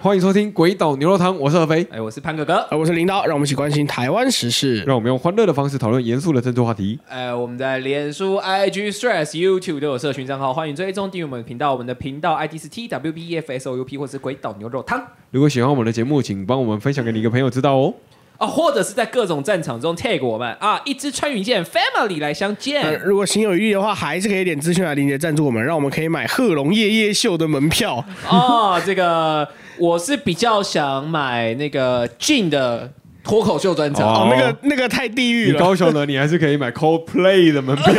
欢迎收听《鬼岛牛肉汤》，我是何飞，哎，我是潘哥哥。呃，我是林刀，让我们一起关心台湾时事。让我们用欢乐的方式讨论严肃的政治话题。呃，我们在脸书、IG、Stress、YouTube 都有社群账号，欢迎追踪订阅我们的频道。我们的频道 ID 是 TWBFSOUP 或是鬼岛牛肉汤如果喜欢我们的节目，请帮我们分享给你一个朋友知道哦。啊，或者是在各种战场中 tag 我们啊，一支穿云箭 family 来相那见。呃如果心有余力的话，还是可以点资讯来连接赞助我们，让我们可以买贺龙夜夜秀的门票。哦，这个我是比较想买那个进的脱口秀专场。哦哦，那个那个太地狱你了。高雄呢，你还是可以买 Coldplay 的门票。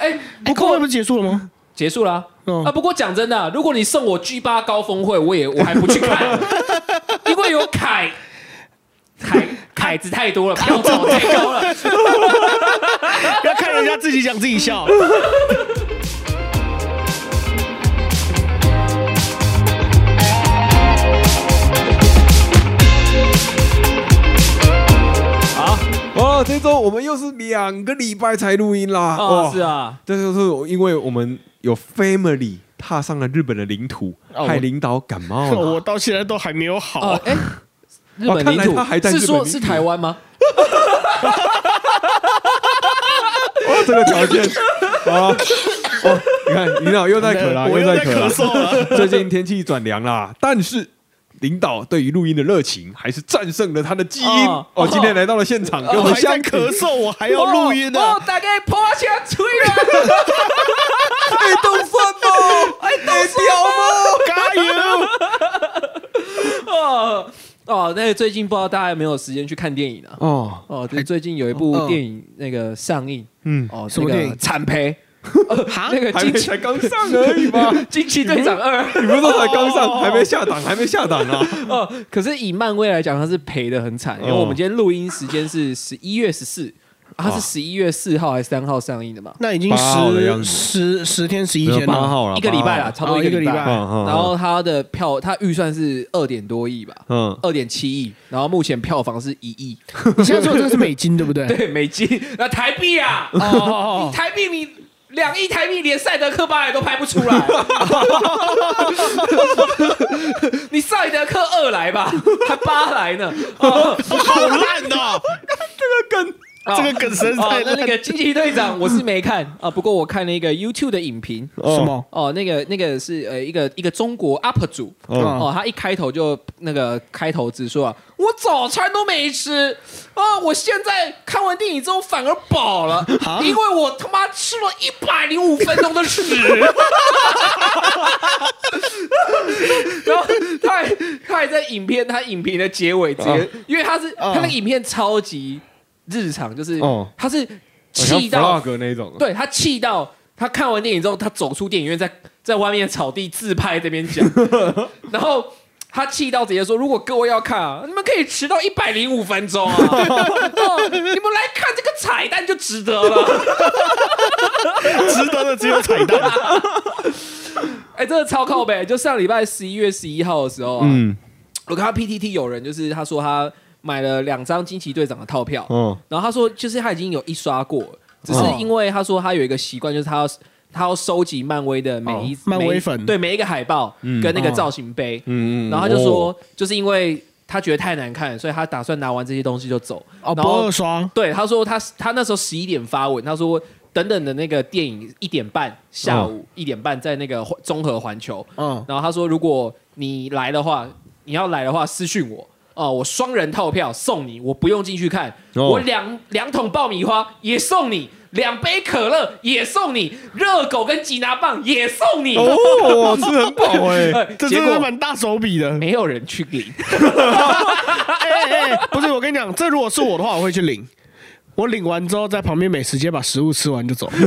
哎、哎，不公会过不是结束了吗？结束了啊、哦啊！不过讲真的啊，如果你送我 G 八高峰会，我也我还不去 看，因为有凯凯凯子太多了，票价太高 了。不要看人家自己讲自 己笑。 哦，这周我们又是两个礼拜才录音啦。哦哇，是，啊，这就是因为我们有 family 踏上了日本的领土，哦害领导感冒了。我到现在都还没有哦好，，哎，日哇本看领来土他还在是日本说领是土台湾吗？哦这个条 件啊，哦，你看领导又在咳啦，我又在在咳咳啦。嗽了。 最近天气转凉啦，但是领导对于录音的热情还是战胜了他的基因。哦哦，今天来到了现场，跟我我们还在相咳咳，嗽，我还要录啊音呢哦，。哦大概破下吹了， 哎，都算吗？哎，都屌吗？加油！哦哦，那最近不知道大家有没有时间去看电影啊？哦，哦，对，最近有一部哦电影那个上映，嗯，哦，什么那个电影惨 赔，哈 那个还惊没奇才刚上而已嘛， 惊奇队长二。你们都才刚哦上，还没下档，还没下档啊！哦，可是以漫威来讲，它是赔的很惨，因为哦我们今天录音时间是十一月十四、啊，它哦是十一月四号还是三号上映的嘛？那已经八号的样子十十十天十一天八了。号了，啊一个礼拜啦，八差啊不多一个礼哦一拜。个礼拜嗯嗯嗯然后它的票，它预算是二点多亿吧，号，二点七亿，然后目前票房是一亿，你现在说的这个是美 金对不 对？对，美金，那台币啊， 哦哦，哦台币你两亿台币连赛德克巴莱都拍不出来， 你赛德克二来吧，还八来呢，哦好烂 哦！哦这个梗实哦在，那那烂个惊奇队长我是没看啊，不过我看了一个 YouTube 的影评。嗯什？么？哦，那个那个是呃一个一个中国 UP 主哦哦，他一开头就那个开头只说啊，我早餐都没吃啊，我现在看完电影之后反而饱了，啊因为我他妈吃了一百零五分钟的 屎。然后他还他还在影片他影评的结尾直接，啊因为他是、啊他那个影片超级日常，就是、哦他是像气到 vlog 那种，对他气到他看完电影之后，他走出电影院在，在外面草地自拍这 边讲，然后他气到直接说：“如果各位要看啊，你们可以迟到一百零五分 钟啊、哦你们来看这个彩蛋就值得了。 值得的只有彩 哦蛋。”哎，真的超靠北！就上礼拜十一月十一号的时候、啊，嗯，我看到 PTT 有人就是他说他买了两张惊奇队长的套票，哦，然后他说，就是他已经有一刷过哦了，只是因为他说他有一个习惯，就是他要他要收集漫威的每一、哦漫威每一粉嗯哦对每一个海报跟那个造型杯，嗯嗯，然后他就说，就是因为他觉得太难看，所以他打算拿完这些东西就走。哦，然不后二双。对他说他他那时候十一点发文，他说等等的那个电影一点半下哦午一点半在那个环综合环球，嗯，然后他说如果你来的话，你要来的话私讯我。哦，我双人套票送你，我不用进去看，哦我两两桶爆米花也送你，两杯可乐也送你，热狗跟吉拿棒也送你。哦，吃很饱哎，呃这结真的果蛮大手笔的。没有人去领，哎哎哎，不是，我跟你讲，这如果是我的话，我会去领。我领完之后，在旁边美食街把食物吃完就走。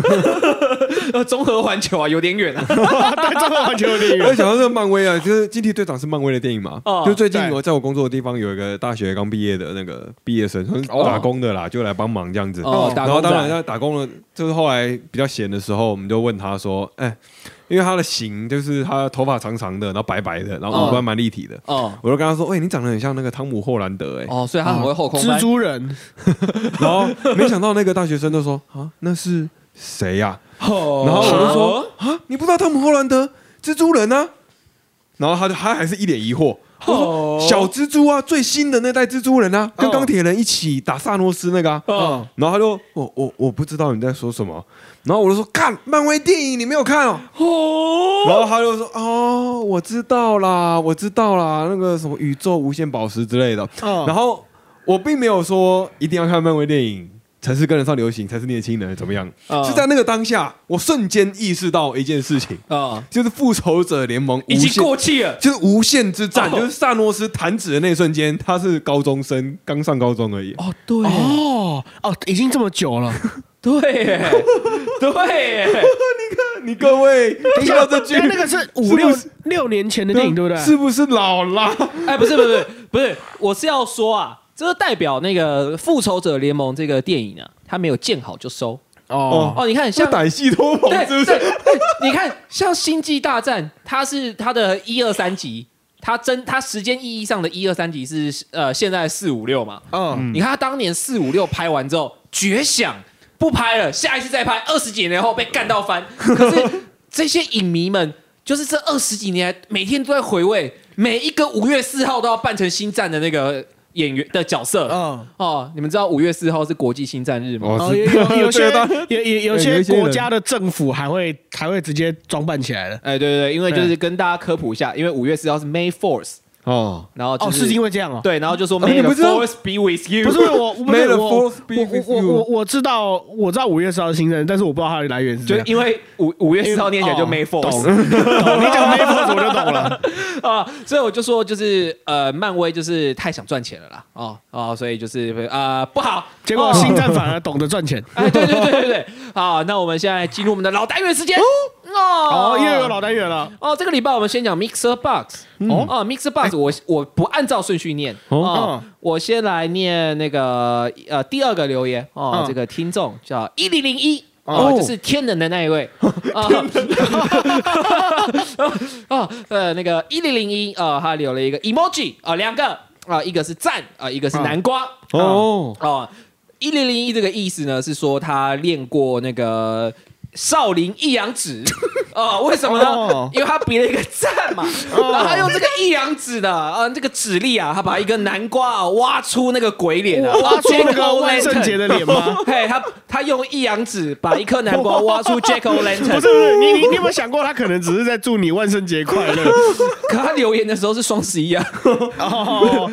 呃，综合环球啊，有点远啊。对，这个完全有点 我远。想到这个漫威啊，就是《惊奇队长》是漫威的电影嘛。哦就最近对我在我工作的地方有一个大学刚毕业的那个毕业生，哦打工的啦，就来帮忙这样子。哦打然后工仔当然他打工了，就是后来比较闲的时候，我们就问他说：“哎，因为他的型就是他头发长长的，然后白白的，然后五官蛮立体的。”哦我就跟他说：“喂，哎你长得很像那个汤姆·霍兰德哎。哦，所以他很会后空翻蜘。蛛人，”然后没想到那个大学生就说：“啊，那是谁呀？”哦然然后我就说：“啊，你不知道汤姆·霍兰德蜘蛛人啊？”然后他就他还是一脸疑惑。我哦说小蜘蛛啊，最新的那代蜘蛛人啊，跟哦钢铁人一起打萨诺斯那个啊。哦然后他就我我我不知道你在说什么。然后我就说看漫威电影，你没有看哦。哦，然后他就说哦，我知道啦，我知道啦，那个什么宇宙无限宝石之类的。嗯然后我并没有说一定要看漫威电影才是跟得上流行，才是年轻人怎么样？嗯是在那个当下，我瞬间意识到一件事情，啊，就是复仇者联盟无已限经过气了。就是无限之战，哦就是萨诺斯弹指的那一瞬间，他是高中生，刚上高中而已。哦，对哦哦，已经这么 久了，对 耶，对耶，你各位听到这句因为，那个是五是不六是六年前的电影，对不对？是不是老啦？哎，不是不是不是不是，我是要说啊，这代表那个《复仇者联盟》这个电影啊，它没有见好就收哦，哦。你看，像像歹戏拖棚对是不是？对对，你看，像《星际大战》，它是它的一二三集，它真它时间意义上的一二三集是呃现在四五六嘛。嗯，你看它当年四五六拍完之后绝响，不拍了，下一次再拍，二十几年后被干到 翻。可是这些影迷们，就是这二十几年来每天都在回味，每一个五月四号都要扮成星战的那个演员的角色。嗯哦，你们知道五月四号是国际星战日吗？哦哦，有有有些对当有有有对有些一些人国家的政府还会还会直接装扮起来的。哎，对对对，因为就是跟大家科普一下，因为五月四号是 May Fourth，哦，然后就哦，是因为这样哦。对，然后就说啊 May 你 the 不知道 Fourth be with you，不是我，不是 May the 我 fourth be 我 with 我 you 我我知道，我知道五月四号是新生，但是我不知道它的来源是就这样。因为五五月四号念起来就哦 May 懂 Fourth 懂你讲 May Fourth 我就懂了。 啊，所以我就说就是呃，漫威就是太想赚钱了啦，哦哦，所以就是啊、呃不好，结果哦星战反而懂得赚钱。哎，对对对对对，好，那我们现在进入我们的老单元时间哦哦，又有老单元了。哦，这个礼拜我们先讲 Mixer Box。哦哦，啊，Mixer Box，我我不按照顺序念哦哦嗯，我先来念那个呃第二个留言哦，嗯这个听众叫一零零一。哦，哦就是天人的那一位啊， 哦，呃，那个一零零一，呃，他留了一个 emoji 啊、两个啊、一个是赞啊、一个是南瓜哦，哦，一零零一这个意思呢，是说他练过那个少林一阳指哦，为什么呢？哦因为他比了一个赞嘛，然后他用这个一阳指的啊，这个指力啊，他把一个南瓜啊挖出那个鬼脸啊，挖出那 Jack 个 O' 万圣节 Lantern 的脸吗？嘿，他他用一阳指把一颗南瓜挖出 Jack O' 不 Lantern，是不是，你你你有没有想过，他可能只是在祝你万圣节快乐？可他留言的时候是双十一啊，哦，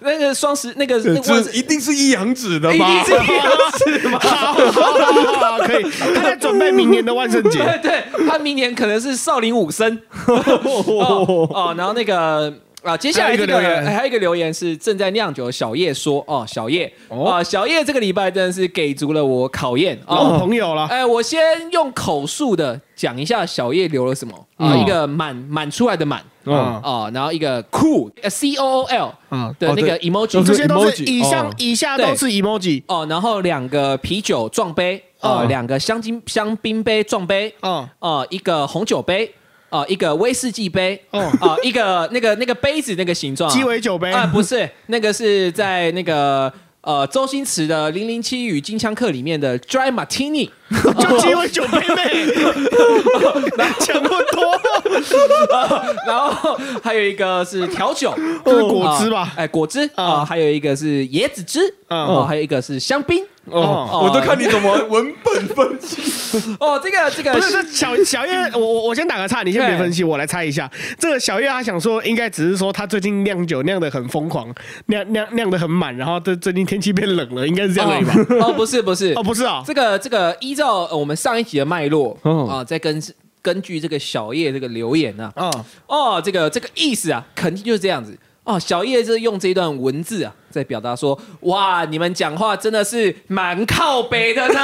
那个双十那个那个万这圣一定是一阳指的一定吧是？一阳指嘛，好，好好好可以，他在准备明年的万圣节。对对，他明年可能是少林武僧。哦 哦，然后那个。啊，接下来这个还有一个留言哎还有一个留言是正在酿酒的小叶说哦，小叶啊，小叶这个礼拜真的是给足了我考验老哦。朋友了，哎，我先用口述的讲一下小叶留了什么啊，嗯一个满满出来的满哦嗯哦，然后一个 cool c o o l 嗯的哦那对个 emoji，就这是些都是 emoji，以上哦以下都是 emoji。哦，然后两个啤酒撞杯，哦，嗯两个香精香槟杯撞杯，哦哦，一个红酒杯，哦，一个威士忌杯，哦哦，一个那个那个杯子那个形状啊，鸡尾酒杯啊，不是，那个是在那个呃周星驰的《零零七与金枪客》里面的 Dry Martini，就鸡尾酒杯呗，讲那么多，然后还有一个是调酒， 这是果汁啊吧？哎，果汁啊啊，还有一个是椰子汁，嗯哦，还有一个是香槟，哦，我都看你怎么文本分析。哦，这个这个不是，这小 小月，我我我先打个岔，你先别呃对分析，我来猜一下。这个小月他想说，应该只是说他最近酿酒酿的很疯狂，酿酿酿的很满，然后这最近天气变冷了，应该是这样而已吧？哦，哦不是不是哦，，不是啊，这个这个依照呃我们上一集的脉络哦啊，再根根据这个小叶这个留言啊，嗯，哦，这个这个意思啊，肯定就是这样子。哦，小叶就是用这一段文字啊，在表达说，哇，你们讲话真的是蛮靠北的呢。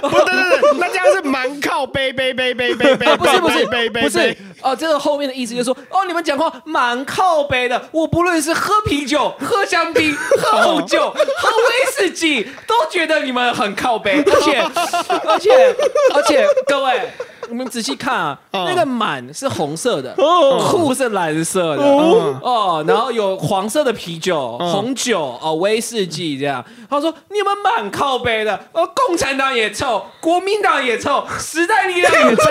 不对对对，那这样是蛮靠背背背背背背，啊不是不是背背不是 背。哦，这个后面的意思就是说，哦，你们讲话蛮靠北的。我不论是喝啤酒、喝香槟、喝红酒、喝威士忌，都觉得你们很靠北，而且而且而且各位。你们仔细看啊，哦那个满是红色的，哦裤是蓝色的，哦哦，然后有黄色的啤酒、嗯红酒、哦威士忌这样。他说你们满靠背的，哦，共产党也臭，国民党也臭，时代力量也臭，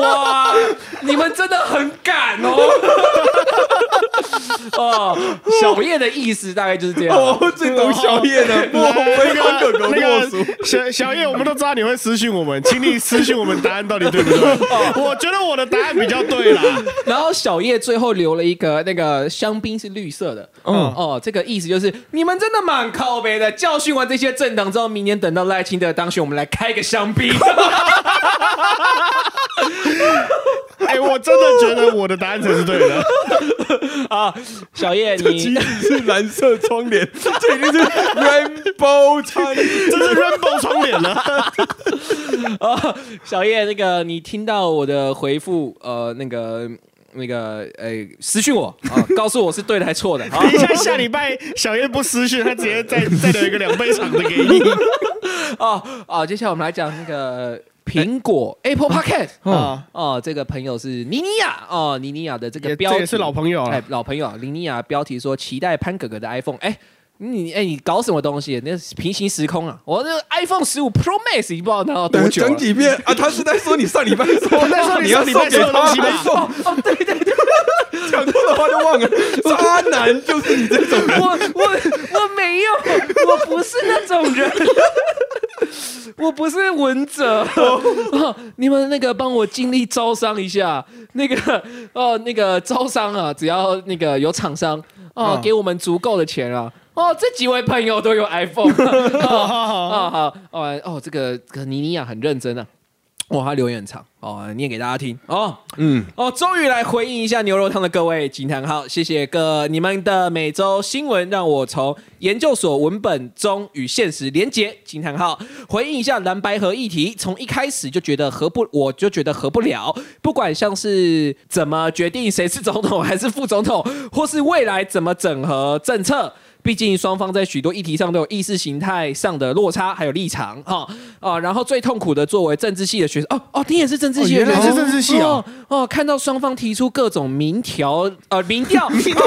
哇，你们真的很敢哦。 哦，小叶的意思大概就是这样。我最懂小叶的，哦莫非跟狗狗呃那莫属？个小小叶，我们都知道你会私信我们，请你私信我们答案到底对不对？哦 我觉得我的答案比较对啦。然后小叶最后留了一个那个香槟是绿色的，嗯哦，这个意思就是你们真的蛮靠北的。教训完这些政党之后，明年等到赖清德当选，我们来开个 香槟。哎、我真的觉得我的答案才是对的。啊，小叶这其你实是蓝色窗帘，这一定是 rainbow 窗帘。这是 rainbow 窗帘啊了。哦，小叶那个你听到我的回复，呃，那个那个呃，私讯我啊、告诉我是对的还是错的。好等一下，下礼拜小叶不私讯，他直接再再留一个两倍长的给你。哦哦，接下来我们来讲那个苹果哎 Apple Pocket 啊哦，这个朋友是妮妮亚哦，妮妮亚的这个也标题这也是老朋友了啊哎，老朋友妮妮亚标题说期待潘哥哥的 iPhone，哎。你哎，你搞什么东西？那是平行时空啊！我那个 iPhone 十五 Pro Max 已经不知道拿到多久了讲。几遍啊？他是在说你上礼拜说，在说你你要上礼送拜给说的东他西吧还送，哦，对对对，讲错的话就忘了。渣男就是你这种人。我我我没有，我不是那种人，我不是文者。哦你们那个帮我尽力招商一下，那个哦，那个招商啊，只要那个有厂商哦嗯，给我们足够的钱啊。哦，这几位朋友都有 iPhone 好好好啊好哦哦，这个这个妮妮啊很认真啊，哇，他留言很长哦，念给大家听哦。嗯，哦，终于来回应一下牛肉汤的各位惊叹号，谢谢各你们的每周新闻，让我从研究所文本中与现实连结惊叹号，回应一下蓝白河议题，从一开始就觉得合不，我就觉得合不了，不管像是怎么决定谁是总统还是副总统，或是未来怎么整合政策。毕竟双方在许多议题上都有意识形态上的落差，还有立场哈啊、哦然后最痛苦的，作为政治系的学生，哦哦，你也是政治系的哦原来学生是政治系啊哦哦，看到双方提出各种民调呃民 调民调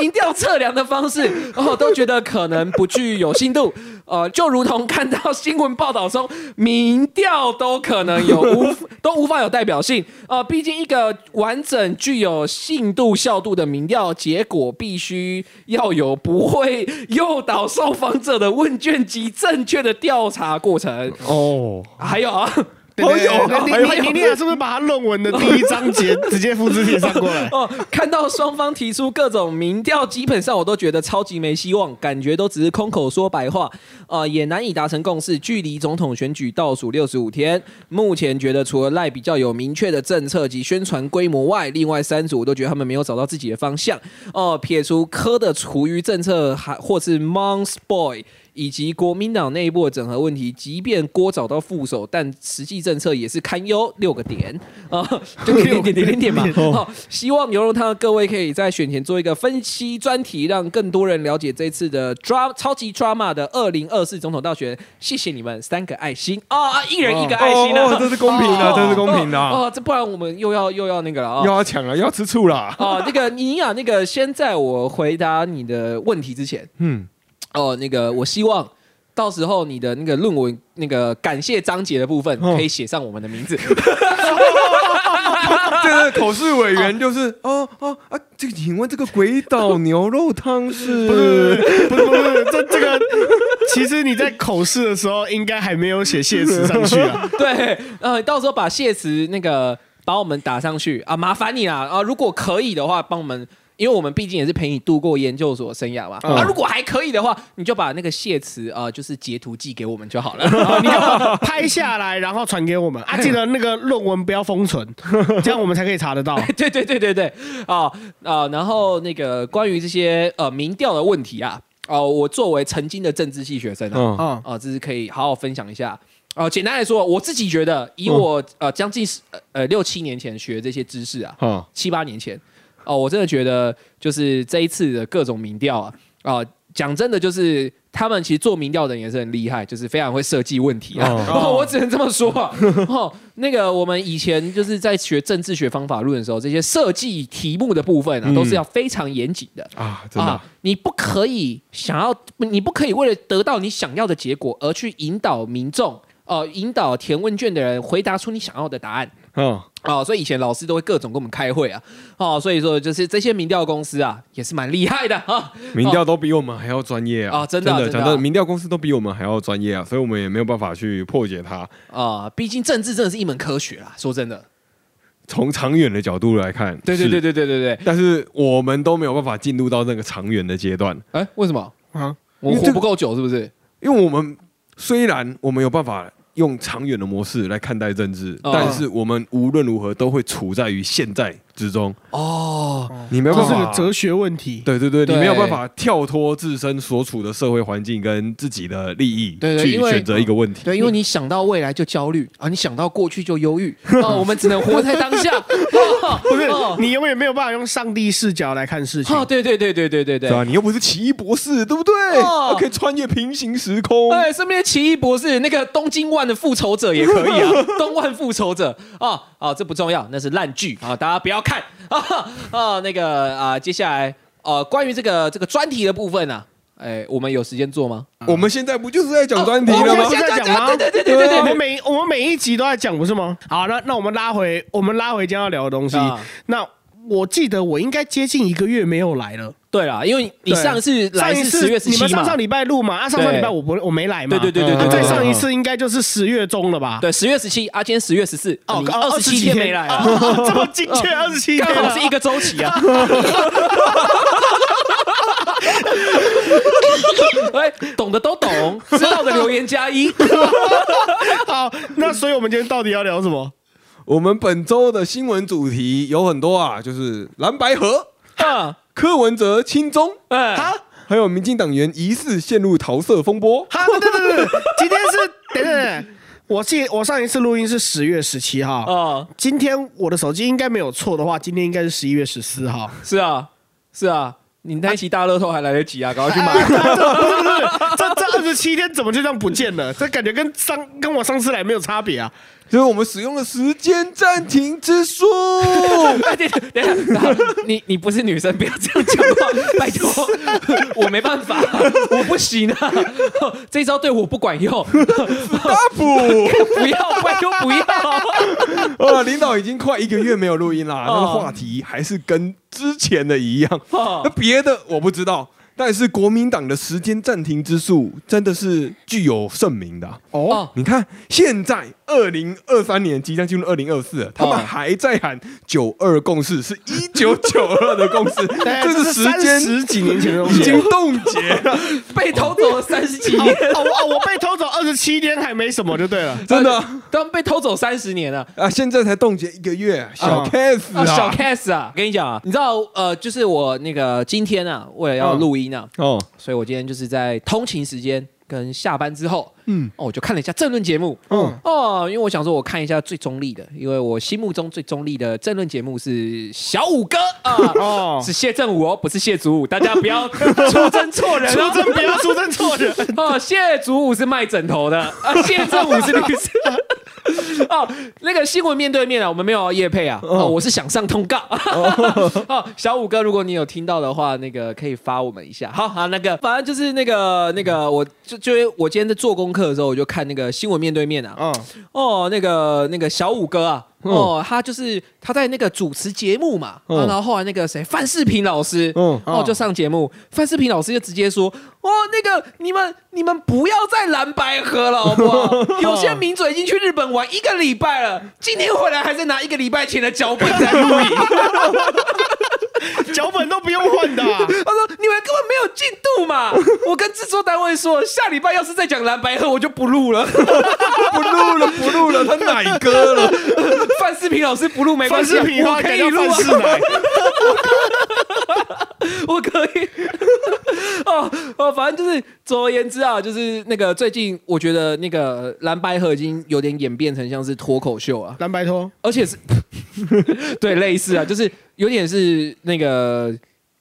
民调测量的方式，哦，都觉得可能不具有信度。呃，就如同看到新闻报道中，民调都可能 有无都无法有代表性。呃，毕竟一个完整具有信度效度的民调结果，必须要有不会诱导受访者的问卷及正确的调查过程。哦，还有 啊。好有对对对你你你俩是不是把他论文的第一章节直接复制贴上过来？ 哦，看到双方提出各种民调，基本上我都觉得超级没希望，感觉都只是空口说白话，呃，也难以达成共识。距离总统选举倒数六十五天，目前觉得除了赖比较有明确的政策及宣传规模外，另外三组我都觉得他们没有找到自己的方向。哦、撇除科的厨余政策，还或是 Mons Boy。以及国民党内部的整合问题，即便郭找到副手，但实际政策也是堪忧六个点啊、 呃就点点点点点点嘛。好，希望牛肉汤的各位可以在选前做一个分析专题，让更多人了解这次的 dra 超级 drama 的二零二四总统大选。谢谢你们三个爱心哦啊，一人一个爱心啊，哦，这是公平的，这是公平的哦啊，哦，这不然我们又要又要那个了 啊、又要抢了，又要吃醋啦。哦，那个妮雅，那个先在我回答你的问题之前，嗯，哦，那个我希望到时候你的那个论文那个感谢章节的部分哦可以写上我们的名字。 这个口试委员就是哦哦啊，这个请问这个鬼岛牛肉汤 是？不是不是不是，这这个其实你在口试的时候应该还没有写谢词上去啊。对，呃，到时候把谢词那个把我们打上去啊，麻烦你啦啊！如果可以的话，帮我们，因为我们毕竟也是陪你度过研究所生涯嘛。嗯啊，如果还可以的话，你就把那个谢词啊、呃就是截图寄给我们就好了。 啊你要拍下来，然后传给我们啊！记得那个论文不要封存，这样我们才可以查得到。对对对对对，啊、啊、然后那个关于这些呃民调的问题啊，哦、我作为曾经的政治系学生啊，嗯，啊，啊、这是可以好好分享一下。哦、简单来说，我自己觉得，以嗯我、呃将近十呃呃六七年前学这些知识啊，好，七八年前，哦，我真的觉得就是这一次的各种民调啊，啊、讲真的就是他们其实做民调的人也是很厉害，就是非常会设计问题啊。哦哦，我只能这么说啊。哦，那个我们以前就是在学政治学方法论的时候，这些设计题目的部分啊，嗯都是要非常严谨的。啊，真的啊啊，你不可以想要，你不可以为了得到你想要的结果而去引导民众，呃，引导填问卷的人回答出你想要的答案。嗯哦，所以以前老师都会各种跟我们开会啊，哦，所以说就是这些民调公司啊，也是蛮厉害的啊。民调都比我们还要专业啊！哦真的啊真的，真的啊讲真的，民调公司都比我们还要专业啊，所以我们也没有办法去破解它。啊、毕竟政治真的是一门科学啊啦，说真的。从长远的角度来看，对是对对，对对对对。但是我们都没有办法进入到那个长远的阶段，哎、为什么？啊，我因为这活个不够久是不是？因为我们虽然我们有办法用长远的模式来看待政治，哦但是我们无论如何都会处在于现在之中。哦，你没有这办是个法，哲学问题。对对对，对你没有办法跳脱自身所处的社会环境跟自己的利益对对去因为选择一个问题。对，因为你想到未来就 焦虑啊，你想到过去就忧郁啊，我们只能活在当下。 哦不是哦，你永远没有办法用上帝视角来看事情。哦，对对对对对对对对。啊，你又不是奇异博士，对不对？哦可以穿越平行时空。哎，身边奇异博士那个东京万的复仇者也可以啊， 东万复仇者啊啊，这不重要，那是烂剧啊，大家不要看 啊啊。那个啊，接下来呃，关于这个这个专题的部分呢、啊，哎，我们有时间做吗？我们现在不就是在讲专题哦了我吗们？现在讲吗？ 啊对对对对对对我们每我们每一集都在讲，不是吗？好，那那我们拉回我们拉回今天要聊的东西啊。那我记得我应该接近一个月没有来了。对啦，因为你对上次来上一是次十月十你们七上嘛上，礼拜录嘛？啊，上上对礼拜我不我没来嘛？对对对对嗯对那对，再对上一次应该就是十月中了吧？对十月十七啊，今天十月十四哦哦，，哦二十七天没来啊， 哦这么精确，二十七天刚啊，好是一个周期啊。 哎，懂的都懂，知道的留言加一。 好。那所以我们今天到底要聊什么？我们本周的新闻主题有很多啊，就是蓝白河、啊，柯文哲亲中，哎，还有民进党员疑似陷入桃色风波。好，对对对对，今天是等等等等，我记我上一次录音是十月十七号。哦，今天我的手机应该没有错的话，今天应该是十一月十四号。是啊，是啊，你那一期大乐透还来得及啊，赶快去买。这这二十七天怎么就这样不见了？这感觉跟上跟我上次来没有差别啊！就是我们使用了时间暂停之术。哎， 等一下等一下，你你不是女生，不要这样讲话，拜托，我没办法，我不行啊， 这一招对我不管用，阿普不要，拜托不要。啊，领导已经快一个月没有录音啦，那个话题还是跟之前的一样。那哦别的我不知道，但是国民党的时间暂停之术真的是具有盛名的啊、哦你看，现在二零二三年即将进入二零二四，他们哦还在喊“九二共识”，是一九九二的共识，哎这是时三间十几年前的已东西经。冻结 了，被偷走了三十几哦年，哦哦，我被偷走二十七天还没什么就对了。真的呃，他们被偷走三十年了。啊！现在才冻结一个月，小啊 case 啊，啊，小 case 啊，跟你讲啊，你知道呃，就是我那个今天啊，为了要录音啊，哦，所以我今天就是在通勤时间跟下班之后，嗯，哦，我就看了一下政论节目，嗯哦，因为我想说，我看一下最中立的，因为我心目中最中立的政论节目是小五哥啊。哦，是谢振武哦，不是谢祖武，大家不要 出征错人出哦。征不要出征错人。 哦，谢祖武是卖枕头的，啊， 谢振武是律师。哦，那个新闻面对面啊，我们没有叶配啊，哦，我是想上通告。 哦，小五哥，如果你有听到的话，那个可以发我们一下。好好，那个反正就是那个那个，我就就我今天在做功课的时候，我就看那个新闻面对面啊。嗯，哦，那个那个小五哥啊，哦，他就是他在那个主持节目嘛，嗯啊然后后来那个谁范世平老师，嗯哦就上节目，范世平老师就直接说，哦，那个你们你们不要再蓝白喝了，好不 嗯好？有些名嘴已经去日本玩一个礼拜了，今天回来还在拿一个礼拜前的脚本在 录影，脚本都不用换的啊。他说你们根本没有进度嘛。我跟制作单位说，下礼拜要是再讲蓝白喝，我就不录 了。不录了，不录了，他奶哥了， 范世平老师不录没关范系啊，视频的我话可改以叫录范啊。世奶。 我可以。 哦哦，反正就是总而言之啊，就是那个最近我觉得那个蓝白河已经有点演变成像是脱口秀啊，蓝白拖， 而且是对类似啊，就是有点是那个。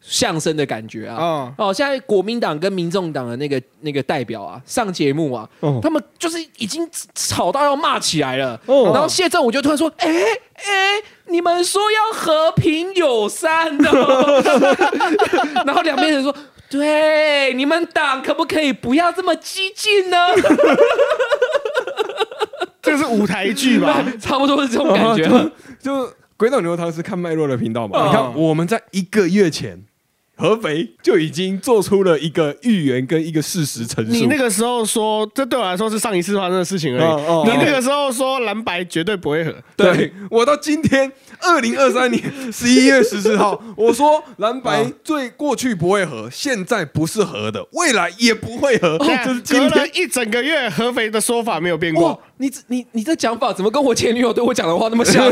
相声的感觉啊。哦哦，现在国民党跟民众党的那个那个代表啊，上节目啊，哦他们就是已经吵到要骂起来了。哦然后谢振武就突然说：“哎、哎、你们说要和平友善的哦、 然后两边人说：“对，你们党可不可以不要这么激进呢？” 这是舞台剧吧？差不 多是这种感觉。哦 就就鬼岛牛汤是看脉络的频道嘛。哦啊你看，我们在一个月前，合肥就已经做出了一个预言跟一个事实陈述。你那个时候说，这对我来说是上一次发生的事情而已。哦哦你那个时候说蓝白绝对不会合，对我到今天二零二三 年十一月十四号，我说蓝白最过去不会合，现在不是合的，未来也不会合， 对就是今哦隔了天。一整个月，合肥的说法没有变哇过。，哦你这你你这讲法怎么跟我前女友对我讲的话那么 像？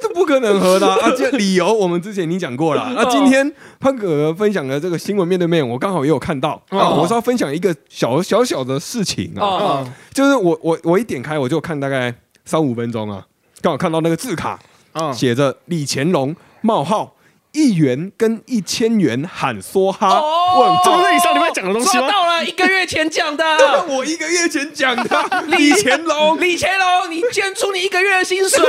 这不可能合的 啊！啊这理由我们之前已经讲过哦了。那今天潘哥分享的这个新闻面对面，我刚好也有看到啊。哦我是要分享一个小小小的事情啊，哦，就是我我我一点开我就看大概三五分钟啊，刚好看到那个字卡哦嗯写着李乾隆冒号一元跟一千元喊梭哈哦问啊这号不。是你上礼拜讲的东西抓吗？到了，一个月前讲的。 这我一个月前讲的李乾隆， 李乾隆，你捐出你一个月的薪 水，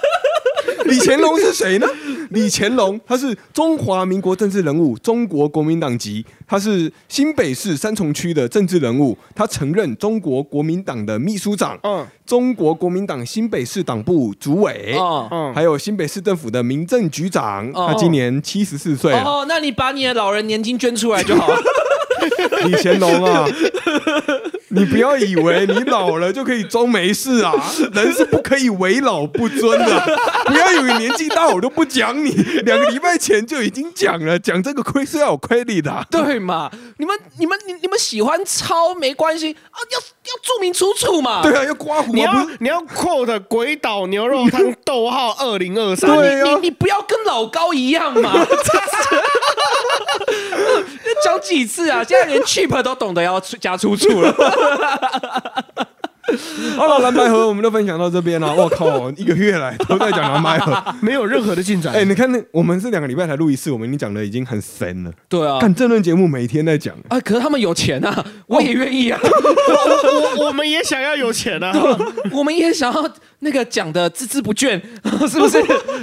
李乾隆是谁呢？李乾隆，他是中华民国政治人物，中国国民党籍，他是新北市三重区的政治人物，他曾任中国国民党的秘书长，嗯中国国民党新北市党部主委，哦嗯还有新北市政府的民政局长，哦他今年七十四岁啊了。哦，那你把你的老人年金捐出来就 好了。 李乾隆啊，你不要以为你老了就可以装没事 啊，人是不可以为老不尊的。不要以为年纪大我都不讲你，两个礼拜前就已经讲了，讲这个亏是要有 credit 的啊、对嘛？你们、你们、你、你们喜欢抄没关系啊，要要注明出处嘛。对啊，要刮胡你啊，要不是？你要 quote 鬼岛牛肉汤逗号二零二三，对你啊你不要跟老高一样 嘛！ 要讲几次啊？现在连 cheap 都懂得要出加出处 了。好了，蓝白河我们就分享到这边了、我靠，一个月来都在讲蓝白 河。没有任何的进展。哎、你看那我们是两个礼拜才录一次，我们已经讲的已经很神了。对啊，看政论节目每天在讲，啊，可是他们有钱啊，我也愿意啊，我我们也想要有钱 啊！我们也想要那个讲的孜孜不倦， 是不是？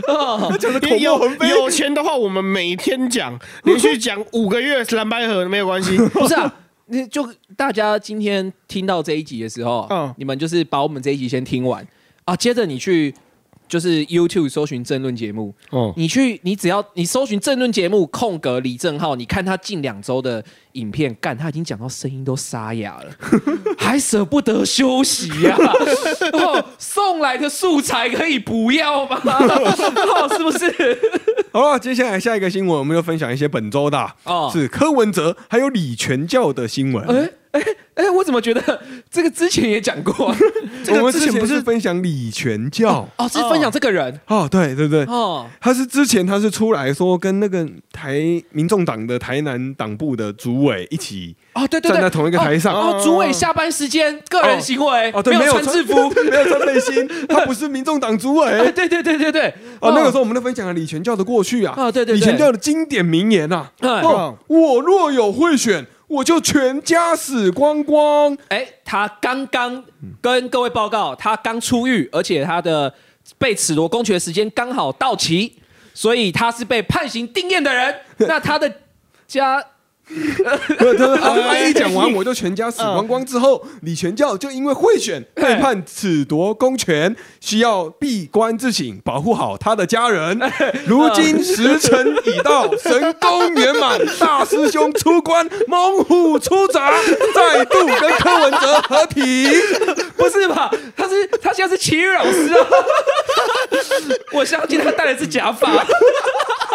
哦他讲的口沫有横飞。有钱的话，我们每天讲，连续讲五个月蓝白河没有关 系。不是啊， 你就大家今天听到这一集的时候，嗯你们就是把我们这一集先听完啊，接着你去就是 YouTube 搜寻政论节目，哦你去你只要你搜寻政论节目空格李正浩，你看他近两周的影片，干他已经讲到声音都沙哑 了，还舍不得休息 呀、哦，送来的素材可以不要 吗？哦，是不是？好了，接下来下一个新闻，我们就分享一些本周的啊、哦是柯文哲还有李全教的新闻。哎哎哎，我怎么觉得这个之前也讲过、啊？这个我们之之前前不不是是分享李全教哦，是分享这个人哦对对对，哦。他是之前他是出来说跟那个台民众党的台南党部的主委一起哦，对对对，站在同一个台上哦，哦主委下班时间个人行为，哦，对，没没穿制服。服， 没有穿背心，他不是民众党主哎，委。对对对对对，哦，那个时候我们在分享了李全教的过去啊，哦对对对李全教的经典名言啊，嗯哦，我若有贿选，我就全家死光光。哎，他刚刚跟各位报告，他刚出狱，而且他的被褫夺公权的时间刚好到期，所以他是被判刑定验的人。那他的家不是，他说他一讲完我就全家死光光之后，李全教就因为贿选被判褫夺公权，需要闭关自省，保护好他的家人。如今时辰已到，神功圆满，大师兄出关，猛虎出闸，再度跟柯文哲合体。不是吧？他是他现在是奇遇老师啊！我相信他戴的是假发。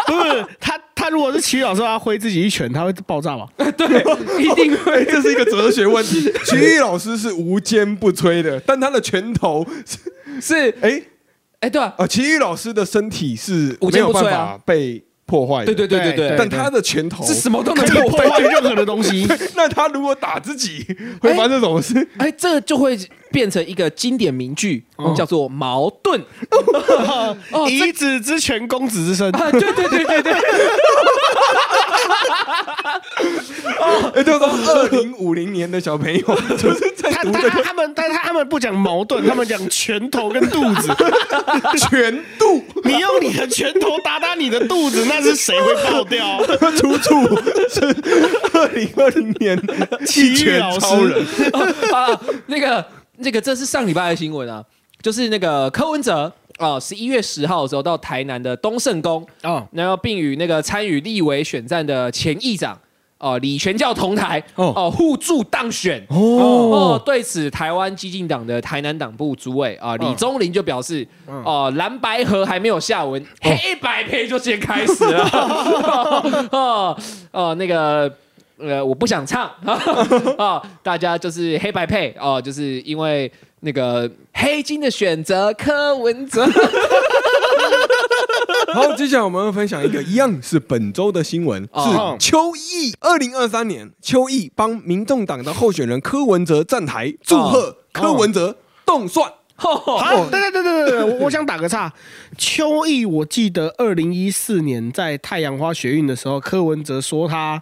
不是他他如果是齐老师，他挥自己一拳，他会爆 炸吧？对，一定会。这是一个哲学问题。曲艺老师是无坚不摧的，但他的拳头是，是哎、哎，对啊，啊，齐豫老师的身体是无没坚有不办摧啊法被破坏的，对对对对对，但他的拳头是什 么都能哦可以破破坏 坏任何的东西。那他如果打自己，会发生什么事？哎，这个就会变成一个经典名句，哦叫做矛盾。 哦，这以子之权，攻子之身。啊，对对对对 对， 哎，就是 二零五零年的小朋 友，就是在他读他这他们，但他他们不讲矛盾，他们讲拳头跟肚子。个全度 你用你的拳头打打你的肚子，那是谁会爆掉？出处 是二零二零年弃体育权老师超人，啊，那个那个，这是上礼拜的新闻啊，就是那个柯文哲啊，十、一月十号的时候到台南的东胜宫，哦然后并与那个参与立委选战的前议长哦、李全教同台哦哦、互助当选哦哦对此台湾激进党的台南党部主委啊、李宗霖就表示哦、蓝白河还没有下文，黑白配就先开始了哦哦哦那个。呃，我不想唱 啊、哦大家就是黑白配哦、就是因为那个黑金的选择柯文 哲，好，接下来我们要分享一个一样是本周的新闻，哦是邱毅。二零二三年，邱毅帮民众党的候选人柯文哲站台，祝贺柯文哲动算。哦好，对对对对对对，我我想打个岔。秋意，我记得二零一四年在太阳花学运的时候，柯文哲说他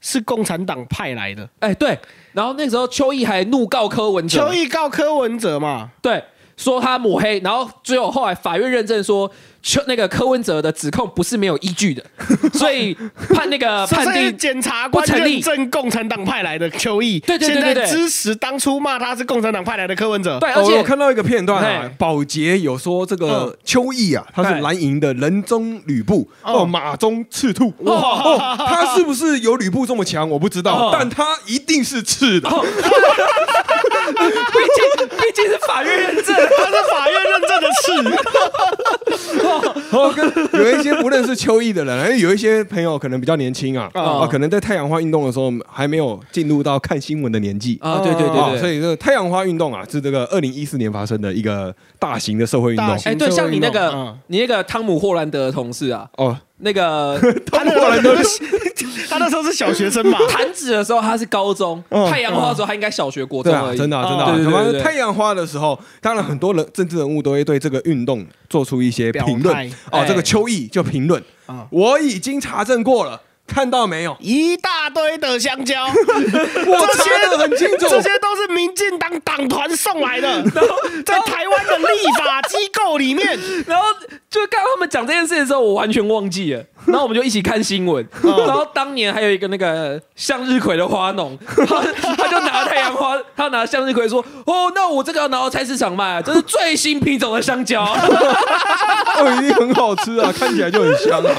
是共产党派来的。哎，对，然后那时候邱毅还怒告柯文哲秋，意告柯文哲嘛，对，说他抹黑，然后最后后来法院认证说邱那个柯文哲的指控不是没有依据的，所以判那个所以判定检察不官成立认证共产党派来的秋意，对对对对现对在支持当初骂他是共产党派来的柯文哲。对，哎而哦，我有且看到一个片段啊嘿，嗯保洁有说这个邱毅啊，他是嘿蓝营的人中吕布，哦，马中赤兔，哇，哦他是不是有吕布这么强？我不知道哦，但他一定是赤的。毕竟 毕竟是法院认证，他是法院认证的事，哦，跟有一些不认识秋意的人，哎，有一些朋友可能比较年轻啊，哦啊，可能在太阳花运动的时候还没有进入到看新闻的年纪啊对对对啊对所以这个太阳花运动啊，是这个二零一四年发生的一个大型的社会运动大。型哎，对，像你那个嗯你那个汤姆霍兰德的同事啊，哦，那个他那柯文个是他那时候是小学生嘛，弹指的时候他是高中，嗯太阳花的时候他应该小学国对中啊，而已，哦真的啊、真的、啊，对对他对妈对对太阳花的时候，当然很多人政治人物都会对这个运动做出一些评表论哦态。哎，嗯这个邱毅就评论啊，我已经查证过了，看到没有？一大堆的香蕉，我查的很清楚。这些都是民进党党团送来的，在台湾的立法机构里面，然后就看他们讲这件事的时候，我完全忘记了。然后我们就一起看新闻。嗯然后当年还有一个那个向日葵的花农， 他他就拿太阳花， 他拿向日葵说：“哦，那我这个要拿到菜市场卖，啊这是最新品种的 香蕉。哦，一定很好吃啊，看起来就很香啊。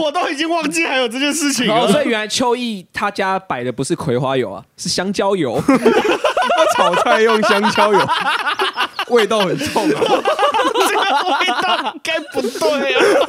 我都已经忘记还有这件事”情然后了。所以原来秋意他家摆的不是葵花油啊，是香蕉油。他炒菜用香蕉 油，味道很重啊。这个味道应该不对啊！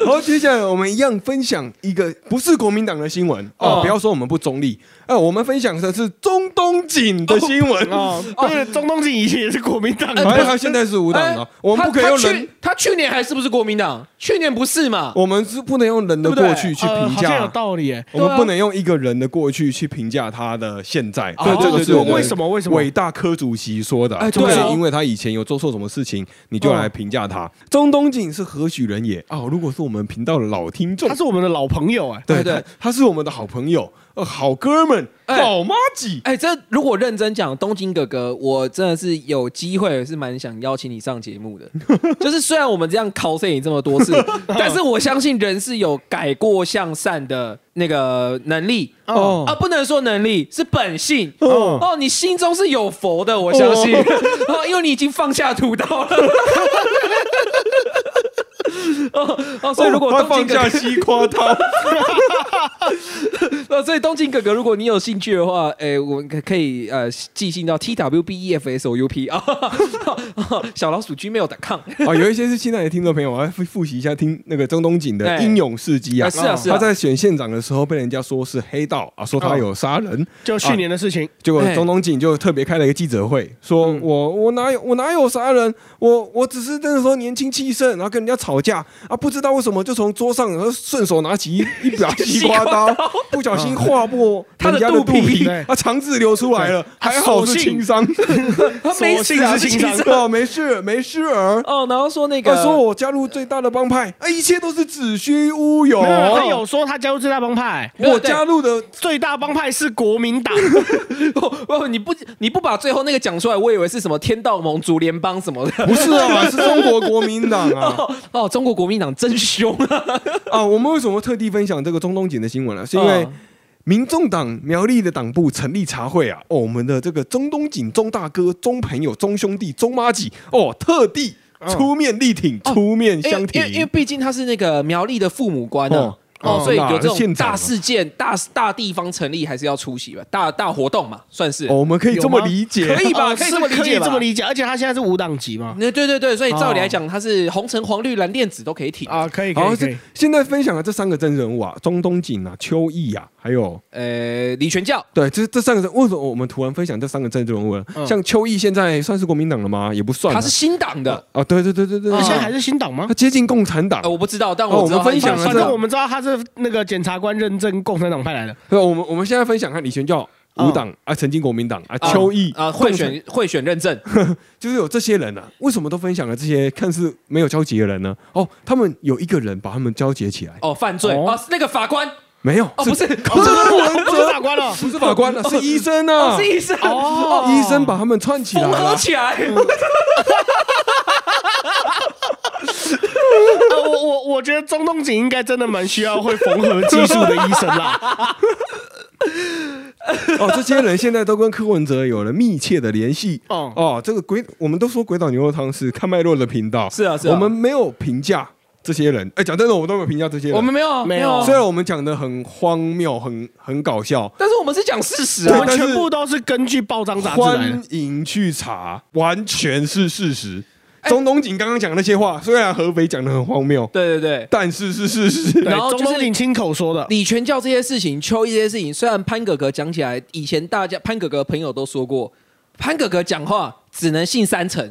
然后接下来我们一样分享一个不是国民党的新闻哦，哦不要说我们不中立，呃，我们分享的是中东锦的新闻。哦，对，中东锦以前也是国民党反正的，他现在是无党的哎，我 们不可以他用他人去，他去年还是不是国民党？去年不是嘛？我们是不能用人的过去去呃评好像有价，道理耶。我们不能用一个人的过去去评价他的现在。啊对这个对是对我们哦为什么为什么伟大科主席说的啊？哎就对是啊因为他以前有做错什么事情，你就来评价他。中东锦是何许人也？哦，如果是我们频道的老听众他，是我们的老朋友哎，对对对，他是我们的好朋友，呃，好哥们，哎老妈几。哎、这如果认真讲，东京哥哥，我真的是有机会是蛮想邀请你上节 目的。就是虽然我们这样 cos 你这么多次，但是我相信人是有改过向善的那个能力哦啊，不能说能力是本性哦哦你心中是有佛的，我相 信哦，因为你已经放下屠刀了。 哦哦，所以如果他东放京哥哥下西瓜刀，呃，所以东京哥哥，如果你有兴趣的话，哎、我们可可以呃寄信到 t w b e f s o u p 啊， 小老鼠 gmail.com。 啊，有一些是新来的听众朋友，我要复复习一下听那个中东锦的哎英勇事迹啊。哎是啊是哦啊他在选县长的时候被人家说是黑道啊，说他有杀人，就去年的事情。结果哎中东锦就特别开了一个记者会，嗯说我我哪有我哪有杀人，我我只是那时候年轻气盛，然后跟人家吵架，啊，不知道为什么就从桌上然后顺手拿起一一把西 瓜刀，不小心划破他的人家肚肚皮皮对，啊，肠子流出来了，他还好索是性轻 伤，他没死 啊索性是轻伤是哦，没事，没事儿。哦，然后说那他个说我加入最大的帮派，啊，一切都是子虚乌有没。有，他有说他加入最大帮派，没有我对加入的最大帮派是国民党，哦 哦，你不你不把最后那个讲出来，我以为是什么天道盟族联邦什么的。不是啊，是中国国民党啊。 哦哦，中国国民党真凶 啊！啊，我们为什么特地分享这个中东锦的新闻呢、啊是因为嗯民众党苗栗的党部成立茶会啊，哦，我们的这个中东锦钟大哥、钟朋友、钟兄弟、钟妈几哦，特地出面力挺、哦出面因为相因为因为挺。毕竟他是那个苗栗的父母官啊哦，哦，哦所以那有这种现场大啊事件、大大地方成立还是要出席吧，大大活动嘛，算是哦，。我们可以这么有吗理解，可以吧哦可以是这么理解可以吧这么理解，而且他现在是五党籍嘛，那对对对，所以照理哦来讲，他是红橙黄绿蓝靛紫都可以挺啊，可以好可像以可是以，现在分享的这三个真人物啊，中东锦啊、秋意啊，还有呃，李全教对，这这三个人，为什么我们突然分享这三个真人物呢？嗯像秋意现在算是国民党了吗？也不算啊，他是新党的，啊，对对对对对，啊他对现在还是新党吗他？接近共产党呃，，我不知道，但哦我知道我们分享他了是新反这个党正我们知道他是那个检察官认证共产党派来的，对，我们我们现在分享看李全教嗯无党啊，曾经国民党啊，啊邱毅啊，贿，共产选贿选认证，就是有这些人啊，为什么都分享了这些看似没有交集的人呢？哦，他们有一个人把他们交结起来，哦，犯罪哦哦，是那个法官没有哦，不是柯文不是哲法官哦了，不是法官了，是医生哦啊，是医生哦医生把他们串起来缝合了。起来，呃我我我觉得中东锦应该真的蛮需要会缝合技术的医生啦，哦，这些人现在都跟柯文哲有了密切的联系。哦哦，这个鬼，我们都说鬼岛牛肉汤是看脉络的频道，是啊是啊我们没有评价这些人。哎，讲真的，我们都没有评价这些人。我们没有没有啊虽然我们讲的很荒谬，很很搞笑，但是我们是讲事实对我啊们但是全部都是根据报章杂志来欢的，迎去查，完全是事实。哎中东锦刚刚讲那些话，虽然合肥讲的很荒谬，对对对。但是是事实。对然后就是中东锦亲口说的，李全教这些事情，邱毅这些事情，虽然潘哥哥讲起来，以前大家潘哥哥朋友都说过，潘哥哥讲话只能信三 成，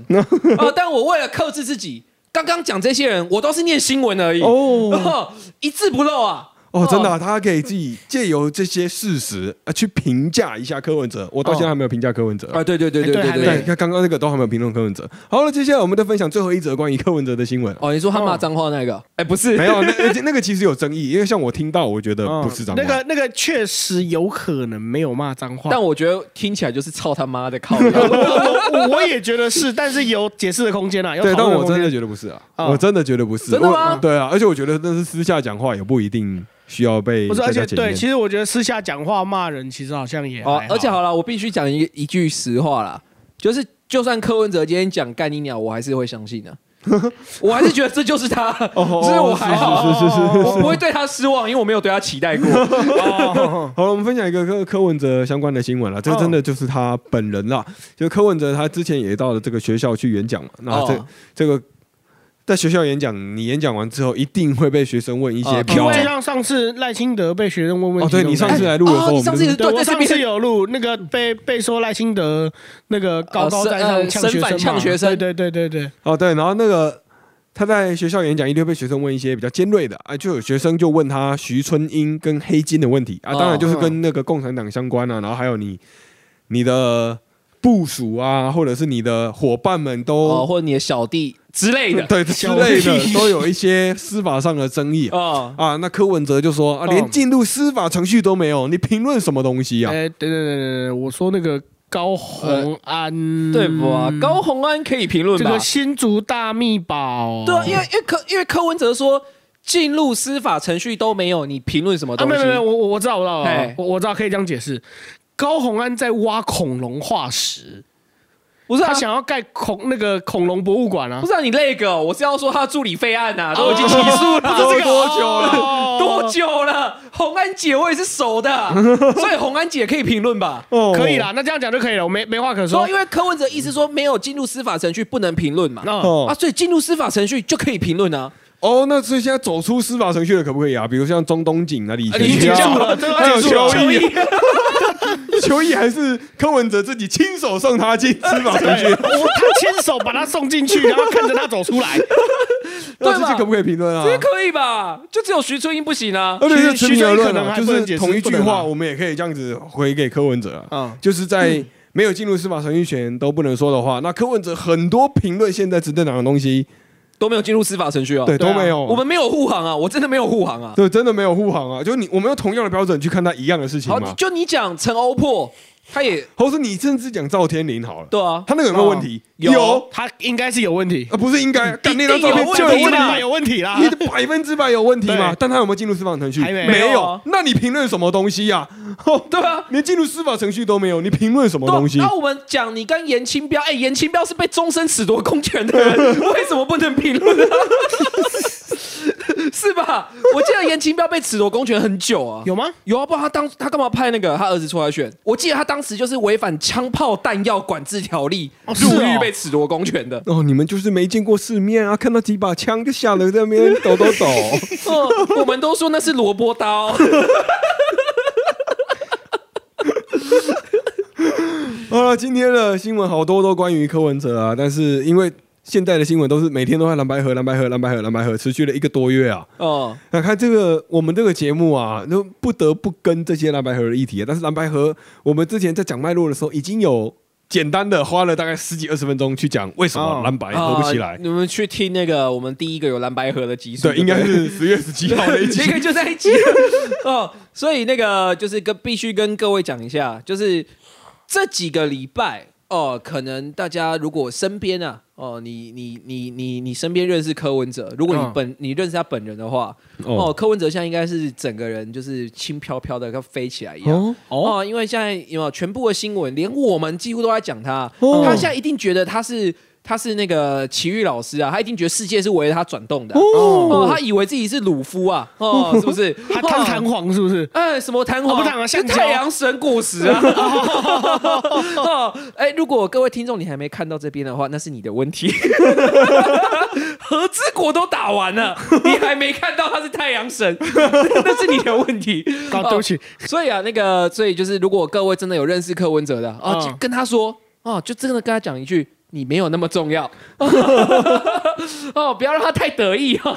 哦，但我为了克制自己，刚刚讲这些人，我都是念新闻而已，哦哦，一字不漏啊，哦，真的啊、他可以自己借由这些事实啊去评价一下柯文哲。我到现在还没有评价柯文哲。啊，对对对对哎对对还没对对，对你，看刚刚那个都还没有评论柯文哲。好了，接下来我们再分享最后一则关于柯文哲的新 闻。哦，你说他骂脏话那个，哎，不是，没有，那呃那那个其实有争议，因为像我听到，我觉得不是脏话。嗯那个那个确实有可能没有骂脏话，但我觉得听起来就是操他妈的靠腰， 我我也觉得是，但是有解释的空间啊。有对，讨但论我空真间的觉得不是啊，啊我真的觉得不是。真的吗我对啊，而且我觉得那是私下讲话，也不一定需要被不是，而大且家检对，验其实我觉得私下讲话骂人，其实好像也哦还，而且好了，我必须讲一一句实话啦，就是就算柯文哲今天讲干你鸟，我还是会相 信的、我还是觉得这就是他，哦 哦所以我还好，是是是是是我不会对他失望，因为我没有对他期待过。 嗯好了，我们分享一个柯柯文哲相关的新闻了，这哦真的就是他本人啦。就柯文哲他之前也到了这个学校去演讲嘛，那这、哦这个在学校演讲，你演讲完之后一定会被学生问一些哦飘因啊为就像上次赖清德被学生问问哦，题对你那种感觉，上次来录的时候，哦我你上们次也对对我在这上边次有录那个被被说赖清德那个高高在呃是呃上呛身学生反嘛，呛学生对对对对对，哦对，然后那个。他在学校演讲，一定会被学生问一些比较尖锐的啊，就有学生就问他徐春英跟黑金的问题啊，哦当然就是跟那个共产党相关啊，然后还有你你的部署啊，或者是你的伙伴们哦，都或者你的小弟之类的， 对之类的，都有一些司法上的争议啊。哦，啊那柯文哲就说啊，连进入司法程序都没有，你评论什么东西啊？哎，对对对对对，我说那个高洪安，对不啊？嗯高红安可以评论这吧个？新竹大密宝，对啊，因为因为柯因为柯文哲说进入司法程序都没有，你评论什么啊，东没西？有没有，我我我知道，我知道，我知道嘿我我知道，可以这样解释。高洪安在挖恐龙化石，不是啊他。想要盖恐那个恐龙博物馆啊不，是让你那个，我是要说他助理费案呐、啊，都已经起诉了，都多久了？了多久了？红安姐我也是熟 的，所以红安姐可以评论吧。哦可以。啦，那这样讲就可以了，我没没话可说说，。因为柯文哲意思说没有进入司法程序不能评论嘛，那哦啊，所以进入司法程序就可以评论啊。哦，那所以现在走出司法程序了，可不可以啊？比如像中东锦啊、李已全经结家束啊了，这个还有结束了哎邱毅，啊 邱毅还是柯文哲自己亲手送 哎他进司法程序对，我他亲手把他送进去，然后看着他走出来。那对这吧些可不可以评论啊这？哎可以吧？就只有徐春英不行啊。而且是徐持平而论徐春英可能啊，还就不能解是释同一不句能啊话，我们也可以这样子回给柯文哲啊。嗯，就是在没有进入司法程序前都不能说的话，那柯文哲很多评论现在执政党的东西，都没有进入司法程序啊。对，对啊都没有啊，我们没有护航啊，我真的没有护航啊。对真的没有护航啊，就你我们用同样的标准去看待一样的事情好，嘛。就你讲陈欧破，他也或是你甚至讲赵天林好了，对啊，他那个有没有问哦题？有他应该嗯是有问题，啊，不是应该干那张一定照有片就问有题问啦题。有问题啦你的百分之百有问题嘛啊对？但他有没有进入司法程序？还没没有有啊。那你评论什么东西呀？ 哦对啊。连进入司法程序都没有，你评论什么对啊东西然？后我们讲你跟严清标，哎，严清标是被终身褫夺公权 的人，为什么不能评论啊？ 是吧？我记得严清标被褫夺公权很久啊，有吗？有啊，不然他当他干嘛派那个他儿子出来选？我记得他当时就是违反枪炮弹药管制条例、哦是哦入狱被褫夺公 权的。哦，你们就是没见过世面啊！看到几把枪就吓得在那边抖抖抖。嗯我们都说那是萝卜刀，好了，今天的新闻好多都关于柯文哲啊，但是因为现在的新闻都是每天都在蓝白河、蓝白河、蓝白河、蓝白河，持续了一个多月啊。哦，那看这个我们这个节目啊，就不得不跟这些蓝白河的议题、啊。但是蓝白河，我们之前在讲脉络的时候，已经有简单的花了大概十几二十分钟去讲为什么哦蓝白哎合不起来。啊你们去听那个我们第一个有蓝白河的集数，对，应该是十月十七号那一 集这。个就在一起哦。所以那个就是跟必须跟各位讲一下，就是这几个礼拜哦，可能大家如果身边啊哦，你你你你你身边认识柯文哲，如果你嗯本、你认识他本人的话，哦，哦柯文哲现在应该是整个人就是轻飘飘的，跟飞起来一样。哦，哦，因为现在有没有全部的新闻，连我们几乎都在讲他，哦他现在一定觉得他是他是那个奇遇老师啊，他一定觉得世界是围着他转动的啊、哦哦，他以为自己是鲁夫啊，哦，是不 是？他他弹哦簧是不是？哎，什么弹哦簧？不弹簧是橡胶太阳神果实 啊！哦，哎，如果各位听众你还没看到这边的话，那是你的问 题。和之国都打完了，你还没看到他是太阳神，那是你的问题。哦搞对不起， 所以啊，那个，所以就是，如果各位真的有认识柯文哲的啊，嗯就跟他说啊，就真的跟他讲一句。你没有那么重要 哦，不要让他太得意 哦。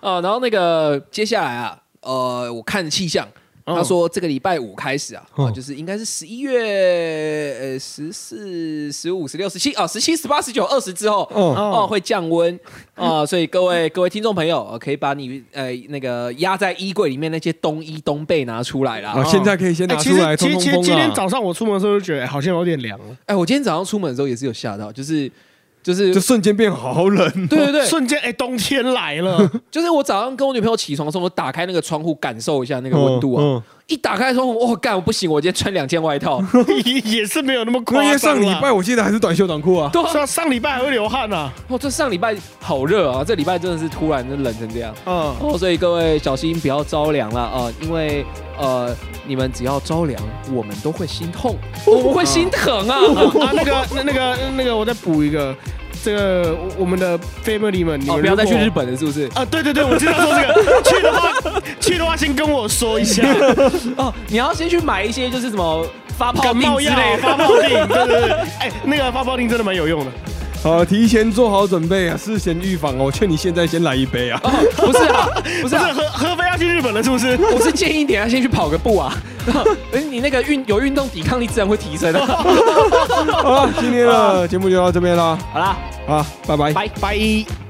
哦，然后那个接下来啊，呃，我看气象，嗯他说这个礼拜五开始啊，啊哦就是应该是十一月呃十四、十五、十六、十七啊，十七、十八、十九、二十之后，嗯哦，哦，会降温 啊、所以各位各位听众朋友，呃可以把你呃那个压在衣柜里面那些冬衣冬被拿出来啦。啊，现在可以先拿哎其出来通实其实通其风实啊。今天早上我出门的时候就觉得哎好像有点凉了，哎、我今天早上出门的时候也是有吓到，就是就是就瞬间变好冷。对对 对，瞬间哎冬天来 了，就是我早上跟我女朋友起床的时候，我打开那个窗户感受一下那个温度啊，嗯嗯一打开窗户，我、哦、干，我不行，我今天穿两件外 套，也也是没有那么那因夸为张上礼啦拜我记得还是短袖短裤啊。对啊、上上礼拜还会流汗啊呐，哦，这上礼拜好热啊，这礼拜真的是突然就冷成这样。嗯，哦，所以各位小心不要着凉了啊、呃因为呃，你们只要着凉，我们都会心痛，我们会心疼啊。 啊，那个、那那个、那个，我再补一个，这个我我们的 family 们，你哦，们不要再去日本本了，是不是？啊！对对对，我知道说这个， 去的话，去的话先跟我说 一下，哦，你要先去买一些就是什么发泡感锭冒之药类、的。发泡锭，对对对，哎，那个发泡锭真的蛮有用的，好，提前做好准备啊，事前预防哦。我劝你现在先来一杯 啊。哦不是啊，不是不是啊，合合肥要去日本了，是不是？我是建议你啊，先去跑个步啊， 而你那个运有运动抵抗力自然会提升的。啊啊好了，今天的节目就到这边啦。啊好啦，好，拜拜。拜拜。